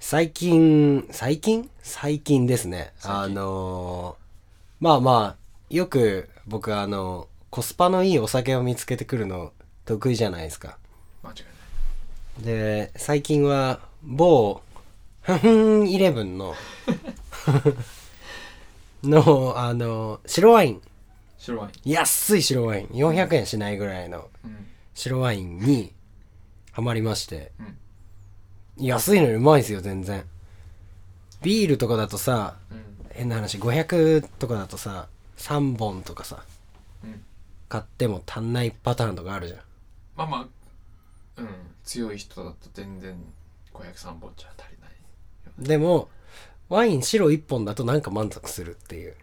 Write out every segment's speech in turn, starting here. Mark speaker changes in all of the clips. Speaker 1: 最近、最近最近ですね。あのーまあまあ、よく僕はあの、コスパのいいお酒を見つけてくるの得意じゃないですか。
Speaker 2: 間違いない
Speaker 1: で、最近は某、ふふんイレブンの、 の、あの、白ワイン。
Speaker 2: 白ワイン
Speaker 1: 安い白ワイン。400円しないぐらいの
Speaker 2: うん
Speaker 1: 白ワインにハマりまして。
Speaker 2: うん
Speaker 1: 安いのにうまいですよ、全然。ビールとかだとさ、
Speaker 2: うん
Speaker 1: 変な話、500とかだとさ、3本とかさ、
Speaker 2: うん
Speaker 1: 買っても足んないパターンとかあるじゃん。
Speaker 2: まあまあうん強い人だと全然503本じゃ足りない
Speaker 1: でも、ワイン白1本だとなんか満足するっていう。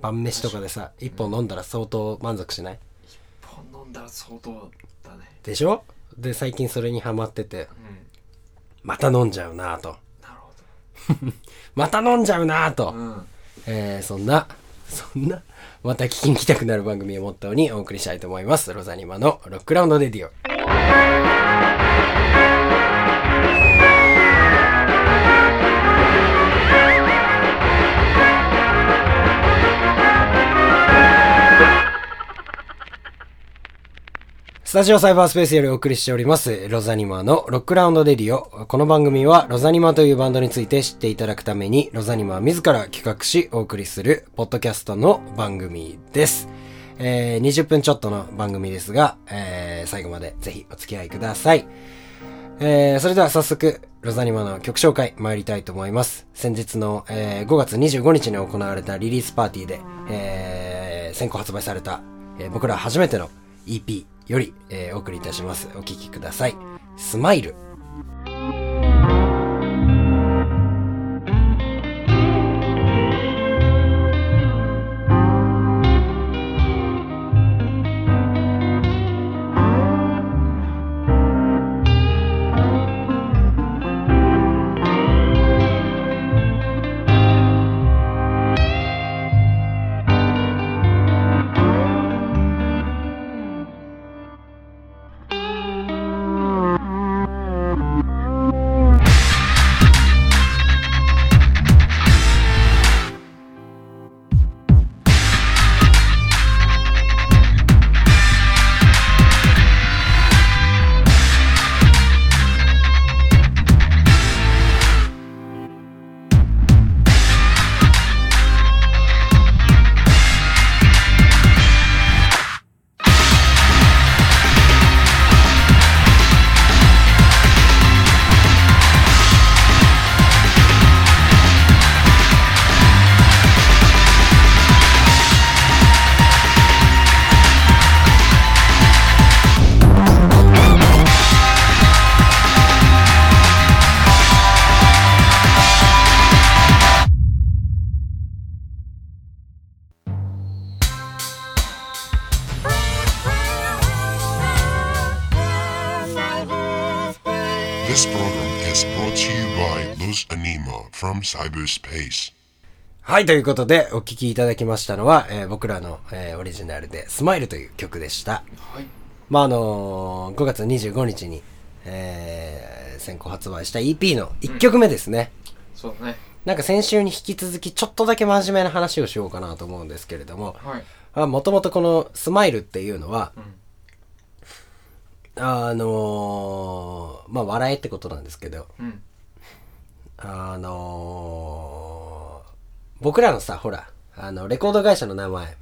Speaker 1: 晩飯とかでさ、1本飲んだら相当満足しない
Speaker 2: 1本飲んだら相当だね
Speaker 1: でしょで、最近それにハマってて、
Speaker 2: うん
Speaker 1: また飲んじゃうなぁと。
Speaker 2: なるほ
Speaker 1: また飲んじゃうなぁと
Speaker 2: ど。うん
Speaker 1: えー、そんな、 そんな、また聞きに来たくなる番組をモットーにお送りしたいと思います。ロザニマのロックラウンドレディオ。スタジオサイバースペースよりお送りしております、ロザニマのロックラウンドレディオ。この番組は、ロザニマというバンドについて知っていただくために、ロザニマ自ら企画し、お送りする、ポッドキャストの番組です。えー、20分ちょっとの番組ですが、えー、最後までぜひお付き合いください。えー、それでは早速、ロザニマの曲紹介参りたいと思います。先日の、えー5月25日に行われたリリースパーティーで、えー先行発売された、えー僕ら初めての EP より、えーお送りいたします。お聴きください。スマイル。
Speaker 3: This program is brought to you by Luz Anima from cyberspace.
Speaker 1: はい、ということで、お聴きいただきましたのは、えー僕らの、えーオリジナルで、スマイルという曲でした。
Speaker 2: はい
Speaker 1: まあ、あのー5月25日に、えー先行発売した EP の1曲目ですね。
Speaker 2: そうだね
Speaker 1: なんか先週に引き続きちょっとだけ真面目な話をしようかなと思うんですけれども、
Speaker 2: はい
Speaker 1: もともとこのスマイルっていうのは、
Speaker 2: ん
Speaker 1: あのーまあ笑えってことなんですけど、
Speaker 2: うん
Speaker 1: あのー僕らのさ、ほら、あの、レコード会社の名前、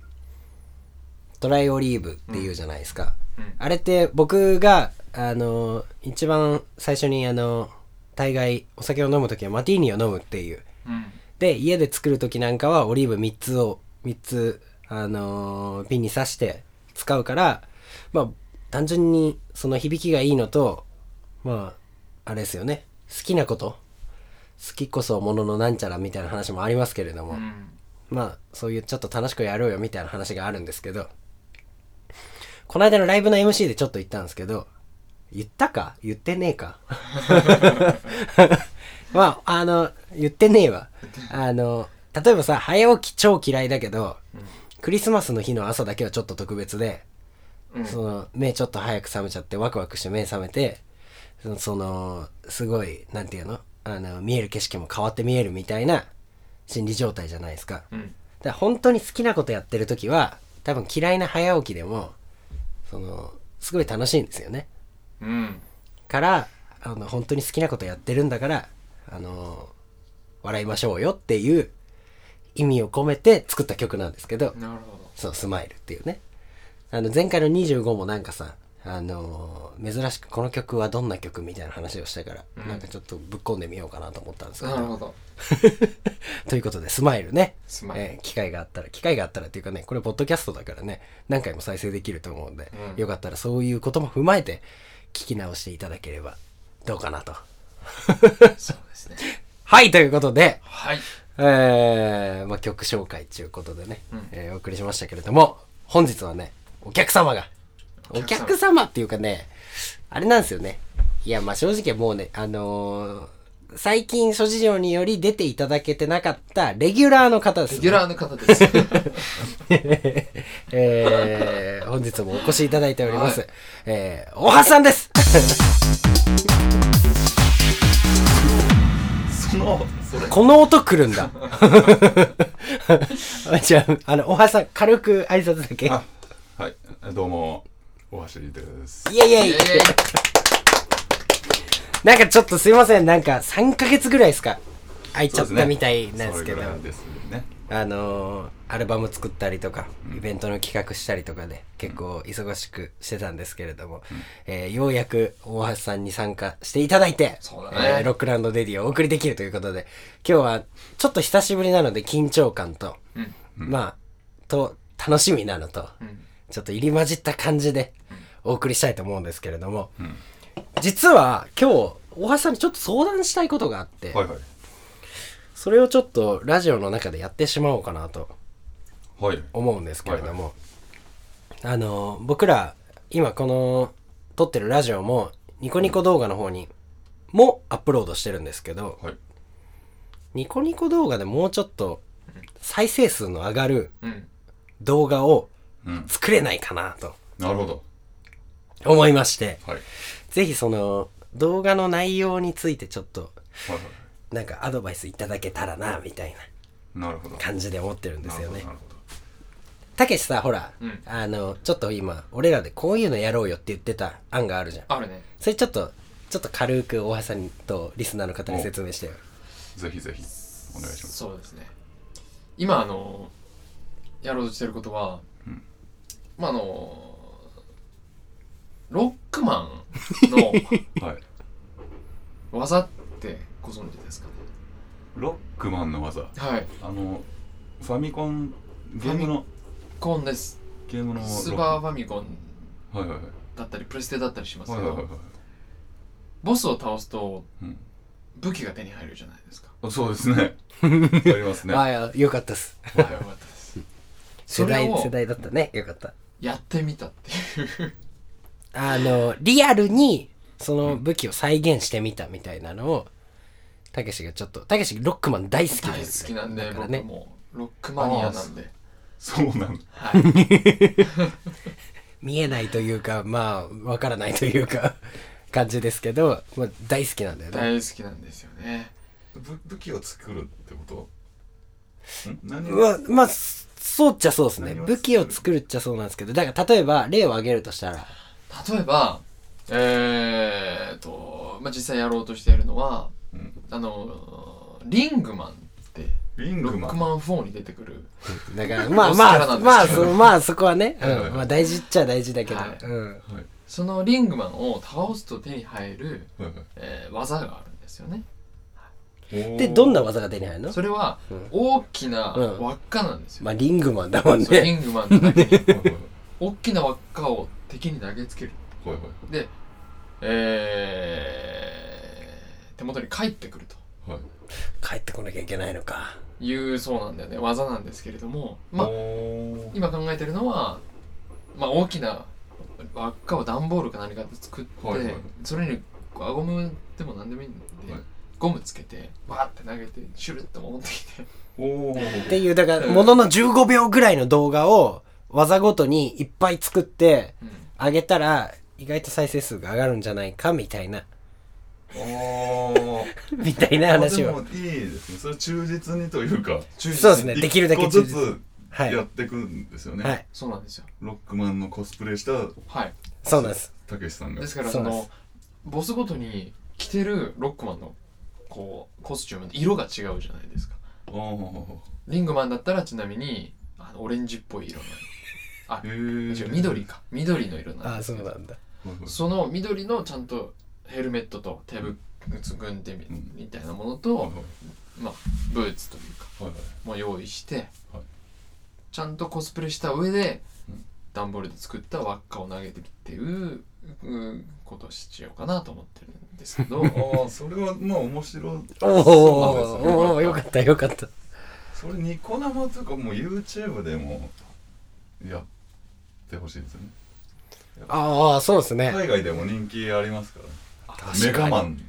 Speaker 1: トライオリーブっていうじゃないですか。
Speaker 2: うん
Speaker 1: あれって僕が、あのー一番最初にあの大概お酒を飲む時はマティーニを飲むっていう。
Speaker 2: うん
Speaker 1: で家で作る時なんかはオリーブ3つを3つ、あのーピンに刺して使うからまあ単純にその響きがいいのとまああれですよね好きなこと好きこそもののなんちゃらみたいな話もありますけれども、
Speaker 2: うん
Speaker 1: まあそういうちょっと楽しくやろうよみたいな話があるんですけどこの間のライブの MC でちょっと言ったんですけど言ったか言ってねえか まああの言ってねえわあの例えばさ早起き超嫌いだけど、クリスマスの日の朝だけはちょっと特別で、
Speaker 2: うん
Speaker 1: その目ちょっと早く覚めちゃってワクワクして目覚めてそのすごいなんていうのあの見える景色も変わって見えるみたいな心理状態じゃないですかだか
Speaker 2: うん
Speaker 1: ら本当に好きなことやってる時は多分嫌いな早起きでもそのすごい楽しいんですよね
Speaker 2: うん
Speaker 1: からあの本当に好きなことやってるんだからあの笑いましょうよっていう意味を込めて作った曲なんですけど
Speaker 2: なるほど
Speaker 1: そう、スマイルっていうね。あの、前回の25もなんかさ、あのー珍しくこの曲はどんな曲みたいな話をしたから、
Speaker 2: うん
Speaker 1: なんかちょっとぶっ込んでみようかなと思ったんですけど。
Speaker 2: なるほど
Speaker 1: ということで、スマイルね。
Speaker 2: スマイル
Speaker 1: えー機会があったら、機会があったらっていうかね、これポッドキャストだからね、何回も再生できると思うんで、
Speaker 2: うん
Speaker 1: よかったらそういうことも踏まえて、聞き直していただければ、どうかなと。
Speaker 2: そうですね
Speaker 1: はい、ということで、
Speaker 2: はい
Speaker 1: えーまあ、曲紹介ということでね、
Speaker 2: うん
Speaker 1: えーお送りしましたけれども、本日はね、お客様が、お
Speaker 2: お
Speaker 1: 客様
Speaker 2: 客様
Speaker 1: っていうかね、あれなんですよね。いや、まあ、正直もうね、あのー最近諸事情により出ていただけてなかったレギュラーの方です、
Speaker 2: レギュラーの方です
Speaker 1: えー本日もお越しいただいております。
Speaker 2: は
Speaker 1: えー、大橋さんです
Speaker 2: そのそれ
Speaker 1: この音来るんだ。 じゃあ、あの、大橋さん、軽く挨拶だけ。
Speaker 4: あはい、どうも、大橋リーです。
Speaker 1: イエイイエイ
Speaker 2: イエイ
Speaker 1: なんかちょっとすいません、なんか3ヶ月ぐらいですか。空いち
Speaker 4: そ
Speaker 1: ゃ
Speaker 4: う
Speaker 1: っ
Speaker 4: ですね
Speaker 1: たみたいなんですけ
Speaker 4: そ
Speaker 1: ど、
Speaker 4: れぐらいですね。
Speaker 1: あのーアルバム作ったりとか、イベントの企画したりとかで、結構忙しくしてたんですけれども、えーようやく大橋さんに参加していただいて、
Speaker 2: そうだね
Speaker 1: えーロックランドデディをお送りできるということで、今日はちょっと久しぶりなので緊張感と、
Speaker 2: うん
Speaker 1: まあ、と、楽しみなのと、
Speaker 2: うん
Speaker 1: ちょっと入り混じった感じでお送りしたいと思うんですけれども、実は今日大橋さんにちょっと相談したいことがあって、
Speaker 4: はいはい。
Speaker 1: それをちょっとラジオの中でやってしまおうかなと
Speaker 4: はい。
Speaker 1: 思うんですけれども、あの僕ら今この撮ってるラジオもニコニコ動画の方にもアップロードしてるんですけど
Speaker 4: はい。
Speaker 1: ニコニコ動画でもうちょっと再生数の上がる
Speaker 2: うん
Speaker 1: 動画を
Speaker 4: うん。
Speaker 1: 作れないかなと
Speaker 4: なるほど。
Speaker 1: 思いまして
Speaker 4: はい。はい
Speaker 1: ぜひその動画の内容についてちょっと
Speaker 4: はい。
Speaker 1: なんかアドバイスいただけたらなみたいな
Speaker 4: なるほど。
Speaker 1: 感じで思ってるんですよね
Speaker 4: なるほど。
Speaker 1: たけしさほら、
Speaker 2: うん
Speaker 1: あのちょっと今俺らでこういうのやろうよって言ってた案があるじゃん
Speaker 2: あるね
Speaker 1: それちょっとちょっと軽く大橋さんとリスナーの方に説明してよ
Speaker 4: ぜひぜひ、お願いします。
Speaker 2: そうですね今あのやろうとしてることは、
Speaker 4: うん
Speaker 2: まああのロックマン の
Speaker 4: はい。
Speaker 2: 技ってご存知ですかね
Speaker 4: ロックマンの技。
Speaker 2: はい
Speaker 4: あの、ファミコン、ゲームの、
Speaker 2: コーンです
Speaker 4: ゲームのロック。
Speaker 2: スーパーファミコン
Speaker 4: はいはいはい。
Speaker 2: だったりプレステだったりします
Speaker 4: は
Speaker 2: け
Speaker 4: い
Speaker 2: ど、
Speaker 4: はいはいはい。
Speaker 2: ボスを倒すと
Speaker 4: うん
Speaker 2: 武器が手に入るじゃないですか
Speaker 4: あそうです ね。ありますね。
Speaker 1: あ
Speaker 4: は
Speaker 1: あいやよかったっす
Speaker 2: よかったです
Speaker 1: 世
Speaker 2: それ
Speaker 1: 代
Speaker 2: を
Speaker 1: 世代だったねよかった
Speaker 2: やってみたっていう
Speaker 1: あのリアルにその武器を再現してみたみたいなのをたけしがちょっとたけしロックマン大好き
Speaker 2: 大
Speaker 1: で
Speaker 2: 好
Speaker 1: す
Speaker 2: きなんで、
Speaker 1: だから
Speaker 2: 僕
Speaker 1: ね
Speaker 2: もロックマニアなんで
Speaker 4: そうなんだ。
Speaker 2: はい
Speaker 1: 見えないというかまあわからないというか 感じですけど、まあ、大好きなんだよね
Speaker 2: 大好きなんですよね
Speaker 4: ぶ武器を作るってことん何
Speaker 1: うわまあそそうっちゃそうですね
Speaker 4: 何を作る
Speaker 1: 武器を作るっちゃそうなんですけどだから例えば例を挙げるとしたら
Speaker 2: 例えばえーと、まあ、実際やろうとしているのは
Speaker 4: うん
Speaker 2: あのリングマンって
Speaker 4: リン
Speaker 2: ロ
Speaker 4: グ
Speaker 2: ッ
Speaker 4: マ
Speaker 2: ク
Speaker 4: ン。
Speaker 2: マン4に出てくる
Speaker 1: だからまあ
Speaker 2: ボスキ
Speaker 1: ま
Speaker 2: ャラ
Speaker 1: あ
Speaker 2: なんですけど
Speaker 1: まあそまあそこはね、
Speaker 4: はいは
Speaker 1: う
Speaker 4: い
Speaker 1: ん、まあ大事っちゃ大事だけど、
Speaker 2: はい
Speaker 1: うん、
Speaker 4: はい
Speaker 2: そのリングマンを倒すと手に入る、
Speaker 4: はいはい
Speaker 2: えー技があるんですよね
Speaker 1: でどんな技が手に入るの
Speaker 2: それは
Speaker 1: うん
Speaker 2: 大きな
Speaker 1: うん
Speaker 2: 輪っかなんですよ、
Speaker 1: まあリングマンだもん
Speaker 2: そうリ
Speaker 1: ね
Speaker 2: ングマンだけに
Speaker 4: はいはい
Speaker 2: 大きな輪っかを敵に投げつける
Speaker 4: はいはい
Speaker 2: で、えー手元に返ってくると
Speaker 4: はい。
Speaker 1: 帰ってこなきゃいけないのか
Speaker 2: いうそうなんだよね技なんですけれどもまあ
Speaker 4: おー
Speaker 2: 今考えてるのは、まあ、大きな輪っかを段ボールか何かで作って、
Speaker 4: はいはい
Speaker 2: それに輪ゴムでも何でもいいんで、
Speaker 4: はい
Speaker 2: ゴムつけてバーって投げてシュルッと戻ってきて
Speaker 4: お ー
Speaker 1: っていうだから
Speaker 2: うん
Speaker 1: ものの15秒ぐらいの動画を技ごとにいっぱい作って
Speaker 2: うん
Speaker 1: あげたら意外と再生数が上がるんじゃないかみたいな
Speaker 4: おー
Speaker 1: みたいな話
Speaker 4: あ
Speaker 1: を。
Speaker 4: でもいいですねそれ忠実にというか
Speaker 2: 忠
Speaker 1: そうです
Speaker 2: ね
Speaker 1: ね。できるだけ
Speaker 4: 一個
Speaker 1: 忠実。
Speaker 4: ずつ
Speaker 1: はい。
Speaker 4: や
Speaker 1: は
Speaker 4: っていくんですよね、
Speaker 1: い。
Speaker 2: そうなんですよ
Speaker 4: ロックマンのコスプレした
Speaker 2: はい
Speaker 1: そうなんです。
Speaker 4: たけしさんが
Speaker 2: ですから
Speaker 1: そ
Speaker 2: そう
Speaker 1: なんで
Speaker 2: のボスごとに着てるロックマンのこうコスチューム色が違うじゃないですか
Speaker 4: おお
Speaker 2: リングマンだったらちなみにあのオレンジっぽい色な
Speaker 4: へえ
Speaker 2: の違う緑か緑の色な
Speaker 1: あ
Speaker 2: ん
Speaker 1: あ、
Speaker 2: です
Speaker 1: そう
Speaker 2: けど
Speaker 1: なんだ。
Speaker 2: その緑のちゃんとヘルメットと手袋軍手み
Speaker 4: うん
Speaker 2: みたいなもの
Speaker 4: は
Speaker 2: と
Speaker 4: い、
Speaker 2: まあ、ブーツというか
Speaker 4: はい
Speaker 2: もう用意して、
Speaker 4: はい
Speaker 2: ちゃんとコスプレした上で、
Speaker 4: うん
Speaker 2: 段ボールで作った輪っかを投げてるっていううんことをしようかなと思ってるんですけ ど
Speaker 4: ああそれはまあ面白い
Speaker 1: おーおー
Speaker 4: そうなんですよ
Speaker 1: おーおーよかったよかった。
Speaker 4: それニコ生とかもう YouTube でもやってほしいですよね
Speaker 1: ああ、そうですね。
Speaker 4: 海外でも人気ありますから
Speaker 1: 確か
Speaker 4: メ
Speaker 1: に
Speaker 4: ガマンで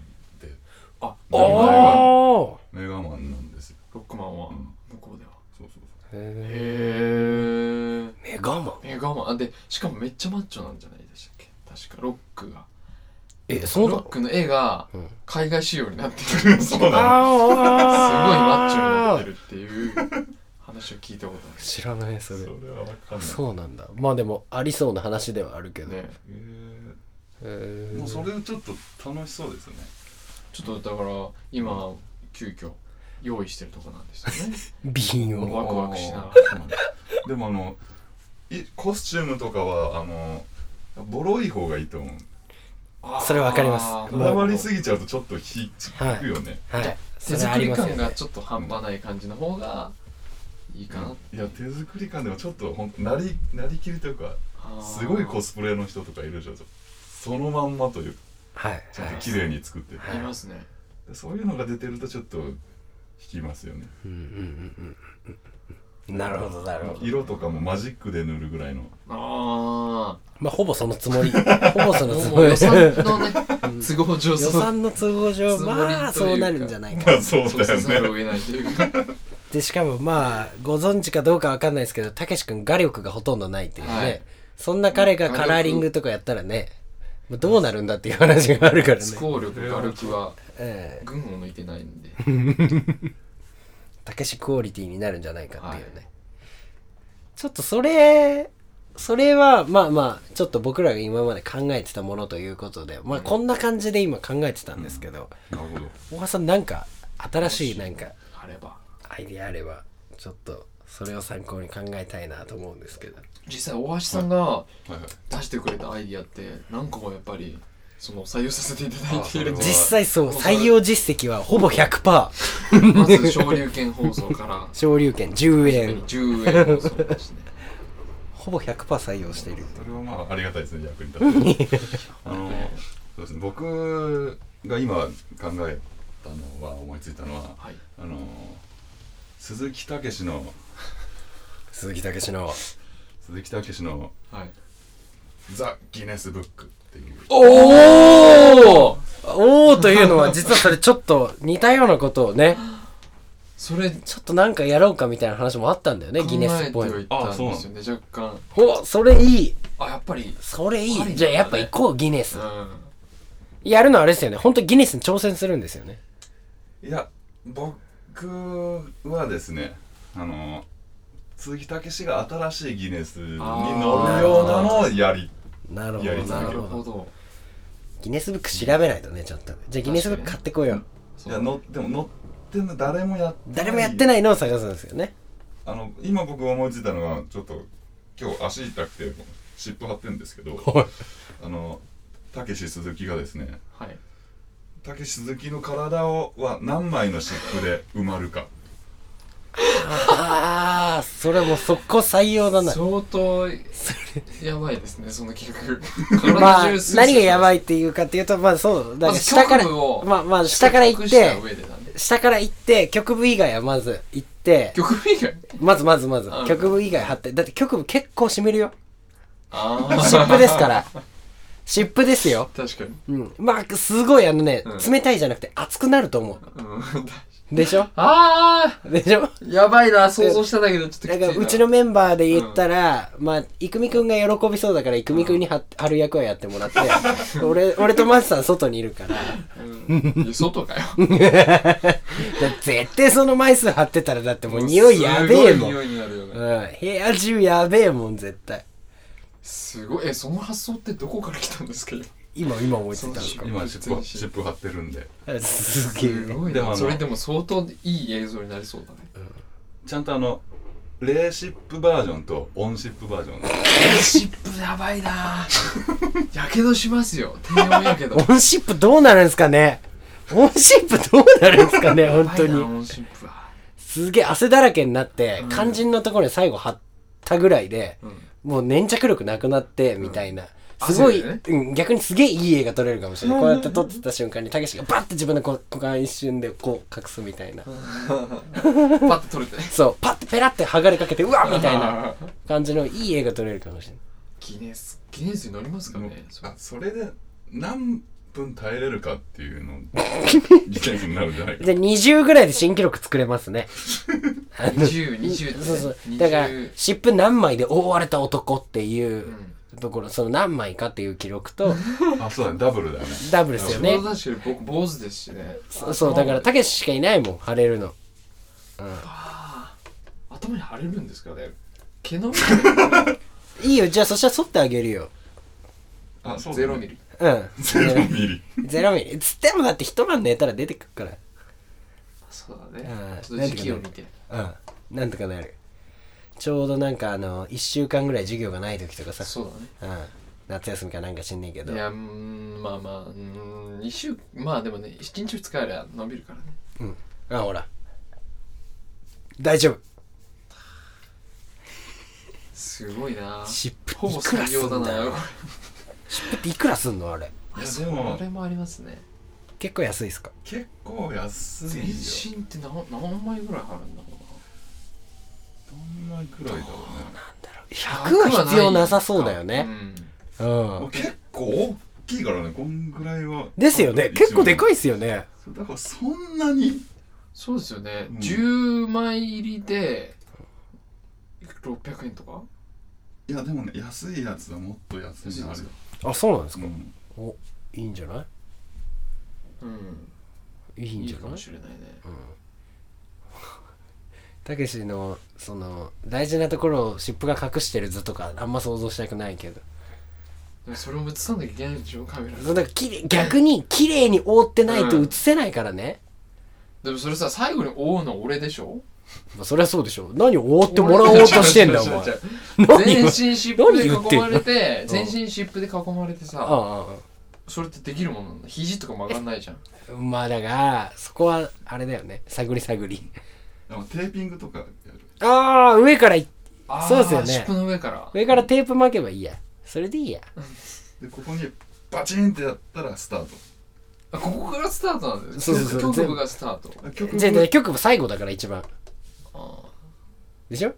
Speaker 2: あ
Speaker 1: お
Speaker 4: 名前は
Speaker 1: お
Speaker 4: メガマンなんですよ
Speaker 2: ロックマンは
Speaker 4: うん
Speaker 2: 向こうでは、
Speaker 4: そうそ
Speaker 1: ー
Speaker 4: う
Speaker 1: へ
Speaker 2: へえ
Speaker 1: ーメガマン
Speaker 2: メガマンあでしかもめっちゃマッチョなんじゃないでしたっけ確かロックが
Speaker 1: え、そうな
Speaker 2: ロ
Speaker 1: の
Speaker 2: ックの絵が
Speaker 1: うん
Speaker 2: 海外仕様になってくるすごい
Speaker 4: そうなの
Speaker 2: マッチョにな
Speaker 1: あ
Speaker 2: っ
Speaker 1: ー
Speaker 2: てるっていう話を聞いたことある
Speaker 1: 知らない、それ。
Speaker 4: それはわかんない
Speaker 1: そうなんだ。まあでも、ありそうな話ではあるけど。
Speaker 2: ね
Speaker 4: へえ
Speaker 1: へー
Speaker 4: もうそれちょっと楽しそうですよね
Speaker 2: ちょっとだから今急遽用意してるとこなんですよね
Speaker 1: 備品を。
Speaker 2: ワクワクしながら
Speaker 4: あーでもあのいコスチュームとかはあのボロい方がいいと思う
Speaker 1: それわかります
Speaker 2: あー
Speaker 4: こだわ
Speaker 2: なる
Speaker 4: り
Speaker 2: ほど
Speaker 4: すぎちゃうとちょっと引くよね、
Speaker 1: はい。そ
Speaker 2: 手
Speaker 1: れあ
Speaker 2: 作
Speaker 1: り
Speaker 2: り
Speaker 1: ますよ
Speaker 2: 感
Speaker 1: ね
Speaker 2: が。ちょっと半端ない感じの方がいいかな、
Speaker 4: いや手作り感でもちょっとほんなりなりきりというか
Speaker 2: あー
Speaker 4: すごいコスプレの人とかいるじゃんそのまんまというか
Speaker 1: はい。
Speaker 4: ちゃんと綺麗に作ってる、
Speaker 2: いますね
Speaker 4: そういうのが出てるとちょっと引きますよね
Speaker 1: うんうんうんうん。なるほど、なるほど。
Speaker 4: 色とかもマジックで塗るぐらいの
Speaker 2: あ
Speaker 1: まあ、ほぼそのつもり。ほぼそ
Speaker 2: あ
Speaker 1: の つ
Speaker 2: も
Speaker 1: もり。
Speaker 2: う予
Speaker 1: 予
Speaker 2: 算
Speaker 1: 算
Speaker 2: のね都合上そう
Speaker 1: の都合 上、
Speaker 2: つもりというか
Speaker 1: まあ、そうなるんじゃないか。
Speaker 4: まあそう
Speaker 2: そう
Speaker 4: だ
Speaker 2: せざる
Speaker 4: よ
Speaker 2: を
Speaker 4: ね
Speaker 2: 得ないと いうか
Speaker 1: で、しかもまあ、ご存知かどうかわかんないですけど、たけし君画力がほとんどないっていうね。
Speaker 2: はい
Speaker 1: そんな彼がカラーリングとかやったらね、もうどうなるんだっていう話があるからね。
Speaker 2: 思考力画力は
Speaker 1: ええ
Speaker 2: 群を抜いてないんで
Speaker 1: たけしクオリティになるんじゃないかっていうね。ちょっとそれ、それはまあまあ、ちょっと僕らが今まで考えてたものということで、まあこんな感じで今考えてたんですけど、
Speaker 4: なるほど
Speaker 1: 大橋さんなんか、新しいなんか、
Speaker 2: あれば
Speaker 1: アイディアあればちょっとそれを参考に考えたいなと思うんですけど
Speaker 2: 実際大橋さんが
Speaker 4: はいはい
Speaker 2: 出してくれたアイディアって何個もやっぱりその採用させていただいているんで
Speaker 1: 実際そう採用実績はほぼ100%
Speaker 2: まず昇竜拳放送から
Speaker 1: 昇竜券10円
Speaker 2: 10円放送ですね
Speaker 1: ほぼ100%採用している
Speaker 4: それはまあありがたいですね役に立って あのそうですね僕が今考えたのは思いついたの は
Speaker 2: はい
Speaker 4: あの鈴木武しの
Speaker 1: 鈴木武の
Speaker 4: 鈴木武しの
Speaker 2: はい
Speaker 4: ザ・ギネスブックっていう
Speaker 2: おお
Speaker 1: おおというのは実はそれちょっと似たようなことをね
Speaker 2: それ
Speaker 1: ちょっとなんかやろうかみたいな話もあったんだよねギネスっぽい
Speaker 2: 考えてはいたんですよね若干
Speaker 1: おそれいい
Speaker 2: あやっぱり
Speaker 1: それい
Speaker 2: ありだ
Speaker 1: い
Speaker 2: ね
Speaker 1: じゃあやっぱ行こうギネス
Speaker 2: うん
Speaker 1: やるのはあれですよね本当ギネスに挑戦するんですよね
Speaker 4: いや僕はですねあの鈴木武しが新しいギネスに乗るようなのをやり
Speaker 1: なるほ
Speaker 4: いやい
Speaker 1: ど
Speaker 4: いです
Speaker 1: な
Speaker 4: ね
Speaker 2: な
Speaker 1: る
Speaker 2: る
Speaker 1: ほど
Speaker 2: ほど
Speaker 1: ギネスブック調べないとねちょっとじゃあギネスブック買ってこよう
Speaker 4: いや乗でも乗ってんの誰もやってない
Speaker 1: 誰もやってないのを探すんですよね
Speaker 4: あの今僕思いついたのがちょっと今日足痛くて湿布貼ってるんですけどあのたけし鈴木がですね
Speaker 2: はい
Speaker 4: たけし鈴木の体をは何枚の湿布で埋まるか
Speaker 1: ああそれもう速攻採用だな
Speaker 2: 相当やばいですねその企画
Speaker 1: まあ何がやば
Speaker 2: い
Speaker 1: いっていうかっていうとまあそうだから
Speaker 2: まず
Speaker 1: 下から
Speaker 2: 局部を
Speaker 1: まあまあ下から行って
Speaker 2: 上でだね
Speaker 1: 下から行って局部以外はまず行って
Speaker 2: 局部以外
Speaker 1: まずまずまず
Speaker 2: うん
Speaker 1: 局部以外貼ってだって局部結構締めるよ
Speaker 2: あ
Speaker 1: 湿布ですからら湿布ですよ
Speaker 2: 確かに
Speaker 1: うんまあすごいあのね
Speaker 2: うん
Speaker 1: 冷たいじゃなくて熱くなると思う
Speaker 2: うん
Speaker 1: でしょ
Speaker 2: あ
Speaker 1: でしょ
Speaker 2: ーやばいな想像してただけどちょっときつ
Speaker 1: だ
Speaker 2: い
Speaker 1: か
Speaker 2: な
Speaker 1: らうちのメンバーで言ったら、まあ、いくみくんが喜びそうだから、いくみくんには貼る役はやってもらって、俺、俺とマスさん外にいるから、
Speaker 2: うんいや 外かよ
Speaker 1: だ絶対その枚数貼ってたら、だってもう匂いやべえも
Speaker 2: す
Speaker 1: ん。
Speaker 2: ご
Speaker 1: う
Speaker 2: い匂いになるよね
Speaker 1: ん、部屋中やべえもん、絶対。
Speaker 2: すごいえその発想ってどこから来たんですか今
Speaker 1: 今、今思いついたの
Speaker 4: 今、シップ、シップ貼ってるんで。
Speaker 1: か。すげえ。
Speaker 2: すごい
Speaker 4: でもあ
Speaker 2: な
Speaker 4: の
Speaker 2: それでも相当いい映像になりそうだね
Speaker 4: ちゃんとあの、レーシップバージョンとオンシップバージョン。
Speaker 2: シップやばいな やけどしますよ低温や けど
Speaker 1: オンシップどうなるんですかねオンシップどうなるんですかね本当
Speaker 2: やばい
Speaker 1: に
Speaker 2: な。温シップは
Speaker 1: すげえ汗だらけになって、肝心のところに最後貼ったぐらいで、もう粘着力なくなって、みたいな。
Speaker 2: うん
Speaker 1: すごい、
Speaker 2: 汗でね
Speaker 1: うん逆にすげえいい映画撮れるかもしれない。こうやって撮ってた瞬間に、たけしがバッて自分のこう股間一瞬でこう隠すみたいな。
Speaker 2: パッと取れて
Speaker 1: そう、パッてペラって剥がれかけて、うわみたいな
Speaker 2: あー
Speaker 1: 感じのいい映画撮れるかもしれない。
Speaker 2: ギネスギネスに乗りますかねそれ
Speaker 4: あそれで何分耐えれるかっていうの事件になるんじゃないか
Speaker 1: じゃあ20ぐらいで新記録作れますね。あの
Speaker 2: 20 20って
Speaker 1: そうそう。
Speaker 2: 20
Speaker 1: だから、湿布何枚で覆われた男っていうところ、その何枚かっていう記録と、
Speaker 4: あそうだねダブルだよね
Speaker 1: ダブルです
Speaker 2: ちょ
Speaker 1: よ
Speaker 2: う
Speaker 1: ね
Speaker 2: ど。確かに僕坊主ですしね
Speaker 1: そうそう、だから、たけししかいないもん、貼れるの。
Speaker 2: 頭に腫れるんですかね毛の みたいない
Speaker 1: いよ、じゃあそしたら剃ってあげるよ。
Speaker 2: あ
Speaker 4: そう
Speaker 2: ゼロミリ
Speaker 1: うん。
Speaker 4: ゼロミリ
Speaker 1: ゼロミリ。つってもだって一晩寝たら出てくるか
Speaker 2: そうだね
Speaker 1: うん
Speaker 2: ちょっと時期を見て
Speaker 1: ら。うん。なんとかなる。ちょうどなんかあの、一週間ぐらい授業がない時とかさ。
Speaker 2: そうだね
Speaker 1: うん。夏休みかなんか知んねえけど
Speaker 2: い。やうーんまあまあうーん一週まあでもね一日二日ありゃ伸びるからね
Speaker 1: あ、ほら。大丈夫。
Speaker 2: すごいな
Speaker 1: 湿布
Speaker 2: ほ
Speaker 1: い
Speaker 2: ぼ
Speaker 1: くら
Speaker 2: 採
Speaker 1: す
Speaker 2: 用だ
Speaker 1: んだ
Speaker 2: な
Speaker 1: よ。湿布っていくらすんのあれ。
Speaker 2: いや
Speaker 4: でも
Speaker 2: それもありますね
Speaker 1: 結構安いっすか
Speaker 4: 結構安い
Speaker 2: 全
Speaker 4: よ
Speaker 2: 身って何何枚ぐらい貼るんだろう
Speaker 4: どんなくらいだろ
Speaker 1: 100は必要なさそうだよね
Speaker 2: う。ん
Speaker 1: うん
Speaker 4: うね結構大きいからねこんぐらいは
Speaker 1: ですよね。結構でかいっすよね。
Speaker 4: そうだからそんなに
Speaker 2: そうですよね、
Speaker 4: うん
Speaker 2: 10枚入りで600円とか
Speaker 4: いやでもね安いやつはもっと安いのあるよ、
Speaker 1: あ、そうなんです
Speaker 4: う
Speaker 1: か
Speaker 4: ん、
Speaker 1: お、いいんじゃな
Speaker 2: うん
Speaker 1: いいいん
Speaker 2: い
Speaker 1: じ
Speaker 2: い
Speaker 1: ゃ
Speaker 2: か
Speaker 1: ない
Speaker 2: もしれないね
Speaker 1: たけしのその大事なところを湿布が隠してる図とかあんま想像したくないけど
Speaker 2: でもそれを映さなきゃいけないでしょカメラ
Speaker 1: そうだからきれい逆に綺麗に覆ってないと
Speaker 2: うん
Speaker 1: 映せないからね、
Speaker 2: でもそれさ最後に覆うの俺でしょ
Speaker 1: まあ、そりゃそうでしょ何を覆ってもらおうとしてんだお
Speaker 2: 違う違う
Speaker 1: 前
Speaker 2: 違う違
Speaker 1: 何を
Speaker 2: う全身湿布
Speaker 1: 何
Speaker 2: で
Speaker 1: 言って
Speaker 2: 囲
Speaker 1: ん
Speaker 2: ま
Speaker 1: の
Speaker 2: れて全身湿布で囲まれて
Speaker 1: あ
Speaker 2: さ
Speaker 1: ああ
Speaker 2: それってできるもんなんだ肘とか曲がんないじゃん
Speaker 1: あまあだからそこはあれだよね探り探り
Speaker 4: でもテーピングとかやる
Speaker 1: ああ上からい
Speaker 2: あー
Speaker 1: そうですよね
Speaker 2: 湿布の上から
Speaker 1: 上からテープ巻けばいいやそれでいいや
Speaker 4: でここにバチンってやったらスタート
Speaker 2: あここからスタートなんで
Speaker 1: そ
Speaker 2: す
Speaker 1: うそうそう
Speaker 2: 局部がスタート
Speaker 4: あ曲
Speaker 1: じゃあ
Speaker 4: も
Speaker 1: 局部最後だから一番
Speaker 2: ああ
Speaker 1: でしょ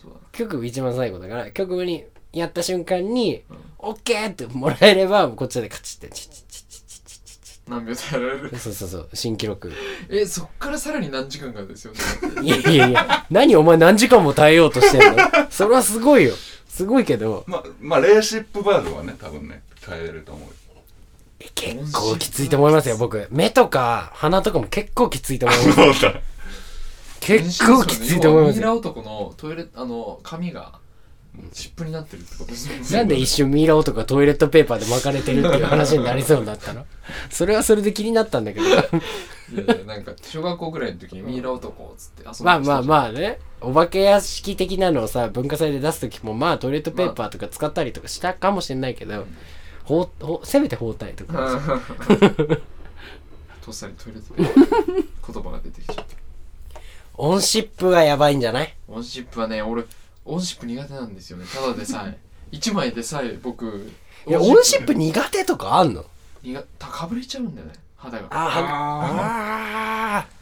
Speaker 2: そうだ
Speaker 1: 局部一番最後だから局部にやった瞬間に「オッケー!」ってもらえればこっちでカチッてチッチッチッチッチッチッチッ
Speaker 2: 何秒でやられる
Speaker 1: そうそうそう、新記録。
Speaker 2: えそっからさらに何時間かですよね
Speaker 1: いやいやいや、何お前何時間も耐えようとしてんのそれはすごいよ。すごいけど、
Speaker 4: まあまあレーシップバージョンはね多分ね耐えれると思う
Speaker 1: 結構きついと思いますよ、僕。目とか鼻とかも結構きついと思います。
Speaker 4: そうだ
Speaker 1: 結構きついと思います
Speaker 2: ミイ
Speaker 1: よ。
Speaker 2: ラ男のトイレあの髪が湿布になってるってことですよね
Speaker 1: なんで一瞬ミイラ男がトイレットペーパーで巻かれてるっていう話になりそうになったのそれはそれで気になったんだけど。
Speaker 2: いやいやなんか小学校ぐらいの時にミイラ男っつって遊んで
Speaker 1: まあまあ
Speaker 2: あ
Speaker 1: まあね。お化け屋敷的なのをさ、文化祭で出すときも、まあトイレットペーパーとか使ったりとかしたかもしれないけど、ほうほうせめて包帯 とか。
Speaker 2: とっさにトイレット ペーパー言葉が出てきちゃった
Speaker 1: オンシップがやばいんじゃない
Speaker 2: オンシップはね俺オンシップ苦手なんですよねただでさえ1枚でさえ僕
Speaker 1: いや、オンシップ苦手とかあんの
Speaker 2: 苦かぶれちゃうんだよね肌が
Speaker 1: あ
Speaker 4: あ
Speaker 1: あー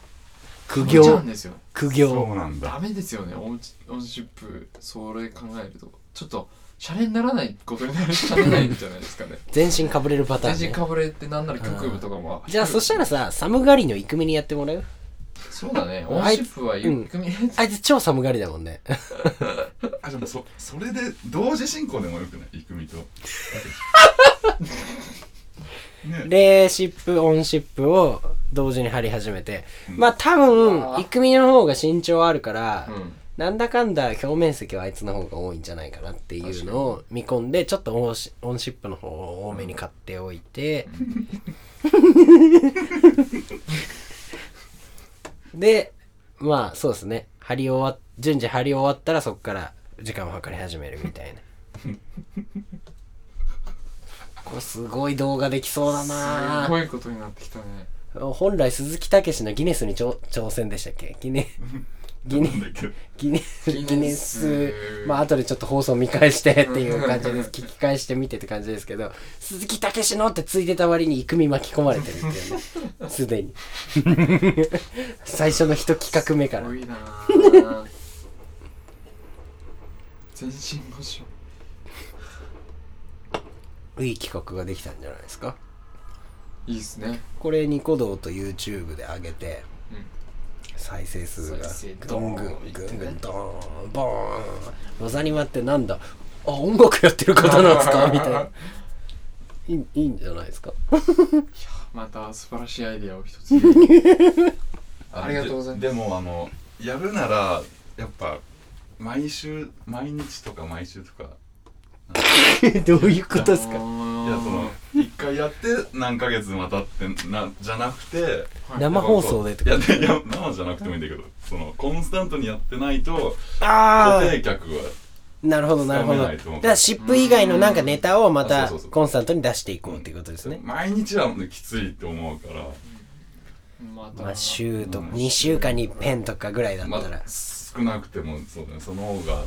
Speaker 1: 苦
Speaker 2: かぶれちゃう
Speaker 1: 行
Speaker 2: ん、ですよ
Speaker 1: 苦
Speaker 4: ーそ
Speaker 1: 行。
Speaker 4: うなんだ
Speaker 2: ダメですよねオンオンシップそれ考えるとちょっとシャレにならないことになるしゃれないんじゃないです かね
Speaker 1: 全身かぶれるパター
Speaker 2: 全
Speaker 1: ン、ね。
Speaker 2: 身かぶれってなんなら局部とかも
Speaker 1: じゃあ、そした
Speaker 2: ら
Speaker 1: らさ、寒がりのイクメにやってもらう
Speaker 2: そうだね。オンシップは1組目。
Speaker 1: あいつ超寒がりだもん ね。
Speaker 4: あでもそそれで同時進行でもよくない郁 美とね
Speaker 1: レーシップ、オンシップを同時に張り始めて。まあ多分、育美の方が身長あるから、
Speaker 2: うん。
Speaker 1: なんだかんだ表面積はあいつの方が多いんじゃないかなっていうのを見込んで、ちょっとオンシオンシップの方を多めに買っておいて、で、まあそうですね、張り終わ、順次張り終わったらそこから時間を計り始めるみたいな。これすごい動画できそうだな
Speaker 2: すごいことになってきたね。
Speaker 1: 本来鈴木武のギネスに挑挑戦でしたっけギネギネ
Speaker 4: なんだっけ
Speaker 1: ギネス
Speaker 2: ギネス
Speaker 1: ギネスまあ後でちょっと放送見返して っていう感じです聞き返してみてって感じですけど鈴木武のってついてた割に育美巻き込まれてるっていうねすでに 最初の一企画目
Speaker 2: す
Speaker 1: から
Speaker 2: ごいな ぁ全身モーション。
Speaker 1: いい企画ができたんじゃないですか
Speaker 2: いいですね。
Speaker 1: これニコ動と YouTube で上げて、
Speaker 2: うん
Speaker 1: 再生数が
Speaker 2: 再生
Speaker 1: ぐんぐ
Speaker 2: ドーン
Speaker 1: ん
Speaker 2: いって
Speaker 1: ぐ
Speaker 2: ね
Speaker 1: んぐんドーンボーンロザニマってなんだあ音楽やってる方なんですかみたいないいいいんじゃないですか
Speaker 2: また素晴らしいアイディアを一つ入れて。
Speaker 4: あ
Speaker 2: ありがとうございます
Speaker 4: ででもあのやるならやっぱ毎週毎日とか毎週とか
Speaker 1: どういうことですか
Speaker 4: いやその一回やって何ヶ月またってなじゃなくて
Speaker 2: はい
Speaker 1: 生放送でとか
Speaker 4: やっていや生じゃなくてもいいんだけどそのコンスタントにやってないと固
Speaker 1: あ
Speaker 4: 定客は
Speaker 1: あなるほどなるほど
Speaker 4: つかめな
Speaker 1: だ
Speaker 4: いと思う
Speaker 1: からシップ以外のなんかネタをま
Speaker 4: あ
Speaker 1: た
Speaker 4: そうそうそう
Speaker 1: コンスタントに出していこうっていうことですね
Speaker 4: 毎日はきついと思うから
Speaker 2: また
Speaker 1: まあ週と
Speaker 4: うん
Speaker 1: 2週間にペンとかぐらいだっ
Speaker 4: ま
Speaker 1: たら
Speaker 4: あ少なくてもそうだねその方が多分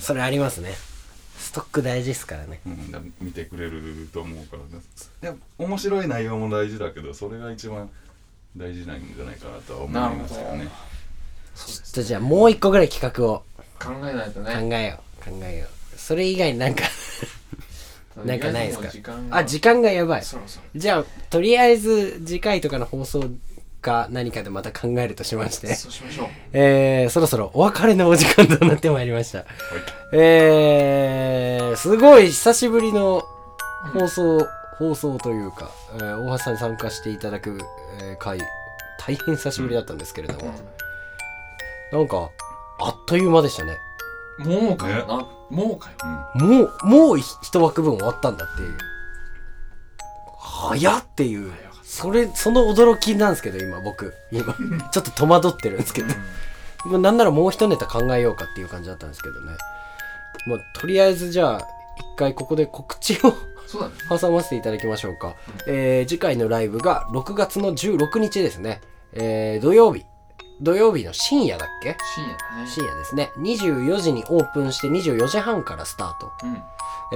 Speaker 1: それありますねストック大事ですからね
Speaker 4: うん、うん、だ見てくれると思うからねで面白い内容も大事だけどそれが一番大事なんじゃないかなとは思いますけど
Speaker 2: な
Speaker 4: ね
Speaker 2: るそうです
Speaker 1: ちょっとじゃあもう一個ぐらい企画を
Speaker 2: 考えないと
Speaker 1: 考
Speaker 2: ね。
Speaker 1: えよう考えようそれ以外になんかなんかないですかあ時
Speaker 2: 間
Speaker 1: 間がやばい
Speaker 2: が。そろそろ。
Speaker 1: じゃあとりあえず次回とかの放送か何かでまた考えるとしまして
Speaker 2: そうしましょう。
Speaker 1: えー、そろそろお別れのお時間となってまいりました、えー、すごい久しぶりの放送、放送というか、えー大橋さんに参加していただく、えー回大変久しぶりだったんですけれども、なんかあっという間でしたね
Speaker 2: もうかよな。もうかよ。
Speaker 1: もう、もう一枠分終わったんだっていう。早っていう。それ、その驚きなんですけど、今僕。 今、ちょっと戸惑ってるんですけど。もうなんならもう一ネタ考えようかっていう感じだったんですけどね。まあ、とりあえずじゃあ、一回ここで告知を
Speaker 2: そうだね。
Speaker 1: 挟ませていただきましょうか。えー、次回のライブが6月の16日ですね。えー、土曜日。土曜日の深夜だっけ
Speaker 2: 深夜だね。
Speaker 1: 深夜ですね。24時にオープンして24時半からスタート。
Speaker 2: うん。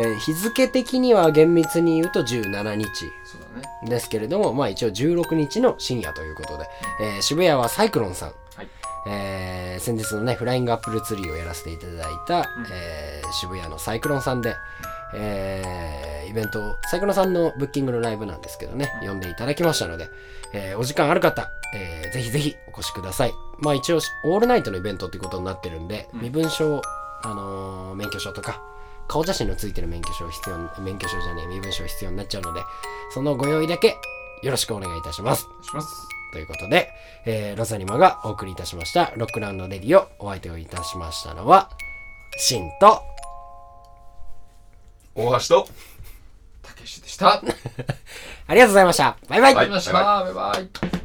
Speaker 1: えー日付的には厳密に言うと17日
Speaker 2: そうだね。
Speaker 1: ですけれども、まあ一応16日の深夜ということで、えー渋谷はサイクロンさん、
Speaker 2: はい
Speaker 1: えー先日のね、フライングアップルツリーをやらせていただいた、えー渋谷のサイクロンさんで、えーイベントを、サイクロンさんのブッキングのライブなんですけどね、呼んでいただきましたので、えーお時間ある方、えーぜひぜひお越しください。まあ一応、オールナイトのイベントってことになってるんで、身分証、あのー免許証とか、顔写真のついてる免許証必要、免許証じゃねえ、身分証必要になっちゃうので、そのご用意だけよろしくお願いいたします。
Speaker 2: お願いします。
Speaker 1: ということで、えーロザニマがお送りいたしました、ロックラウンドレディオ、お相手をいたしましたのは、シンと、
Speaker 4: 大橋と
Speaker 2: たけしでした。
Speaker 1: ありがとうございました。バイバイ
Speaker 4: は
Speaker 2: あ
Speaker 4: い
Speaker 2: りました。バイバイ。